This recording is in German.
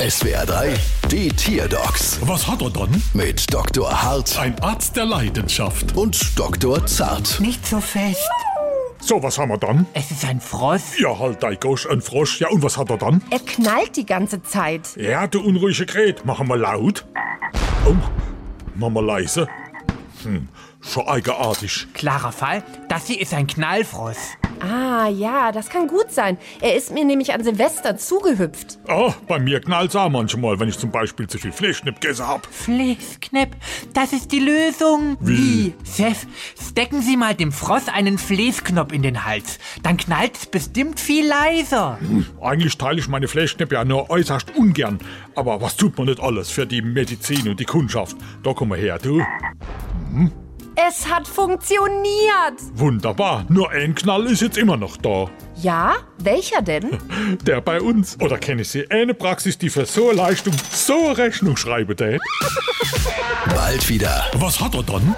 SWR 3, die Tierdocs Was hat er dann? mit Dr. Hart Ein Arzt der Leidenschaft. und Dr. Zart. Nicht so fest. So, was haben wir dann? Es ist ein Frosch. Ja, halt, Deikosch, ein Frosch. Ja, und was hat er dann? Er knallt die ganze Zeit. Ja, du unruhige Gret, machen wir laut. Oh, machen wir leise. Hm, schon eigenartig. Klarer Fall. Das hier ist ein Knallfrosch. Ah, ja, das kann gut sein. Er ist mir nämlich an Silvester zugehüpft. Oh, bei mir knallt's auch manchmal, wenn ich zum Beispiel zu viel Fleischknepp gegessen hab. Fleesknepp, das ist die Lösung. Wie? Chef, stecken Sie mal dem Frosch einen Fleesknopf in den Hals. Dann knallt's bestimmt viel leiser. Eigentlich teile ich meine Fleischknepp ja nur äußerst ungern. Aber was tut man nicht alles für die Medizin und die Kundschaft? Da komm mal her, du. Es hat funktioniert. Wunderbar, nur ein Knall ist jetzt immer noch da. Ja, welcher denn? Der bei uns. Oder kenne ich sie? Eine Praxis, die für so eine Leistung so Rechnung schreiben tät. Bald wieder. Was hat er dann?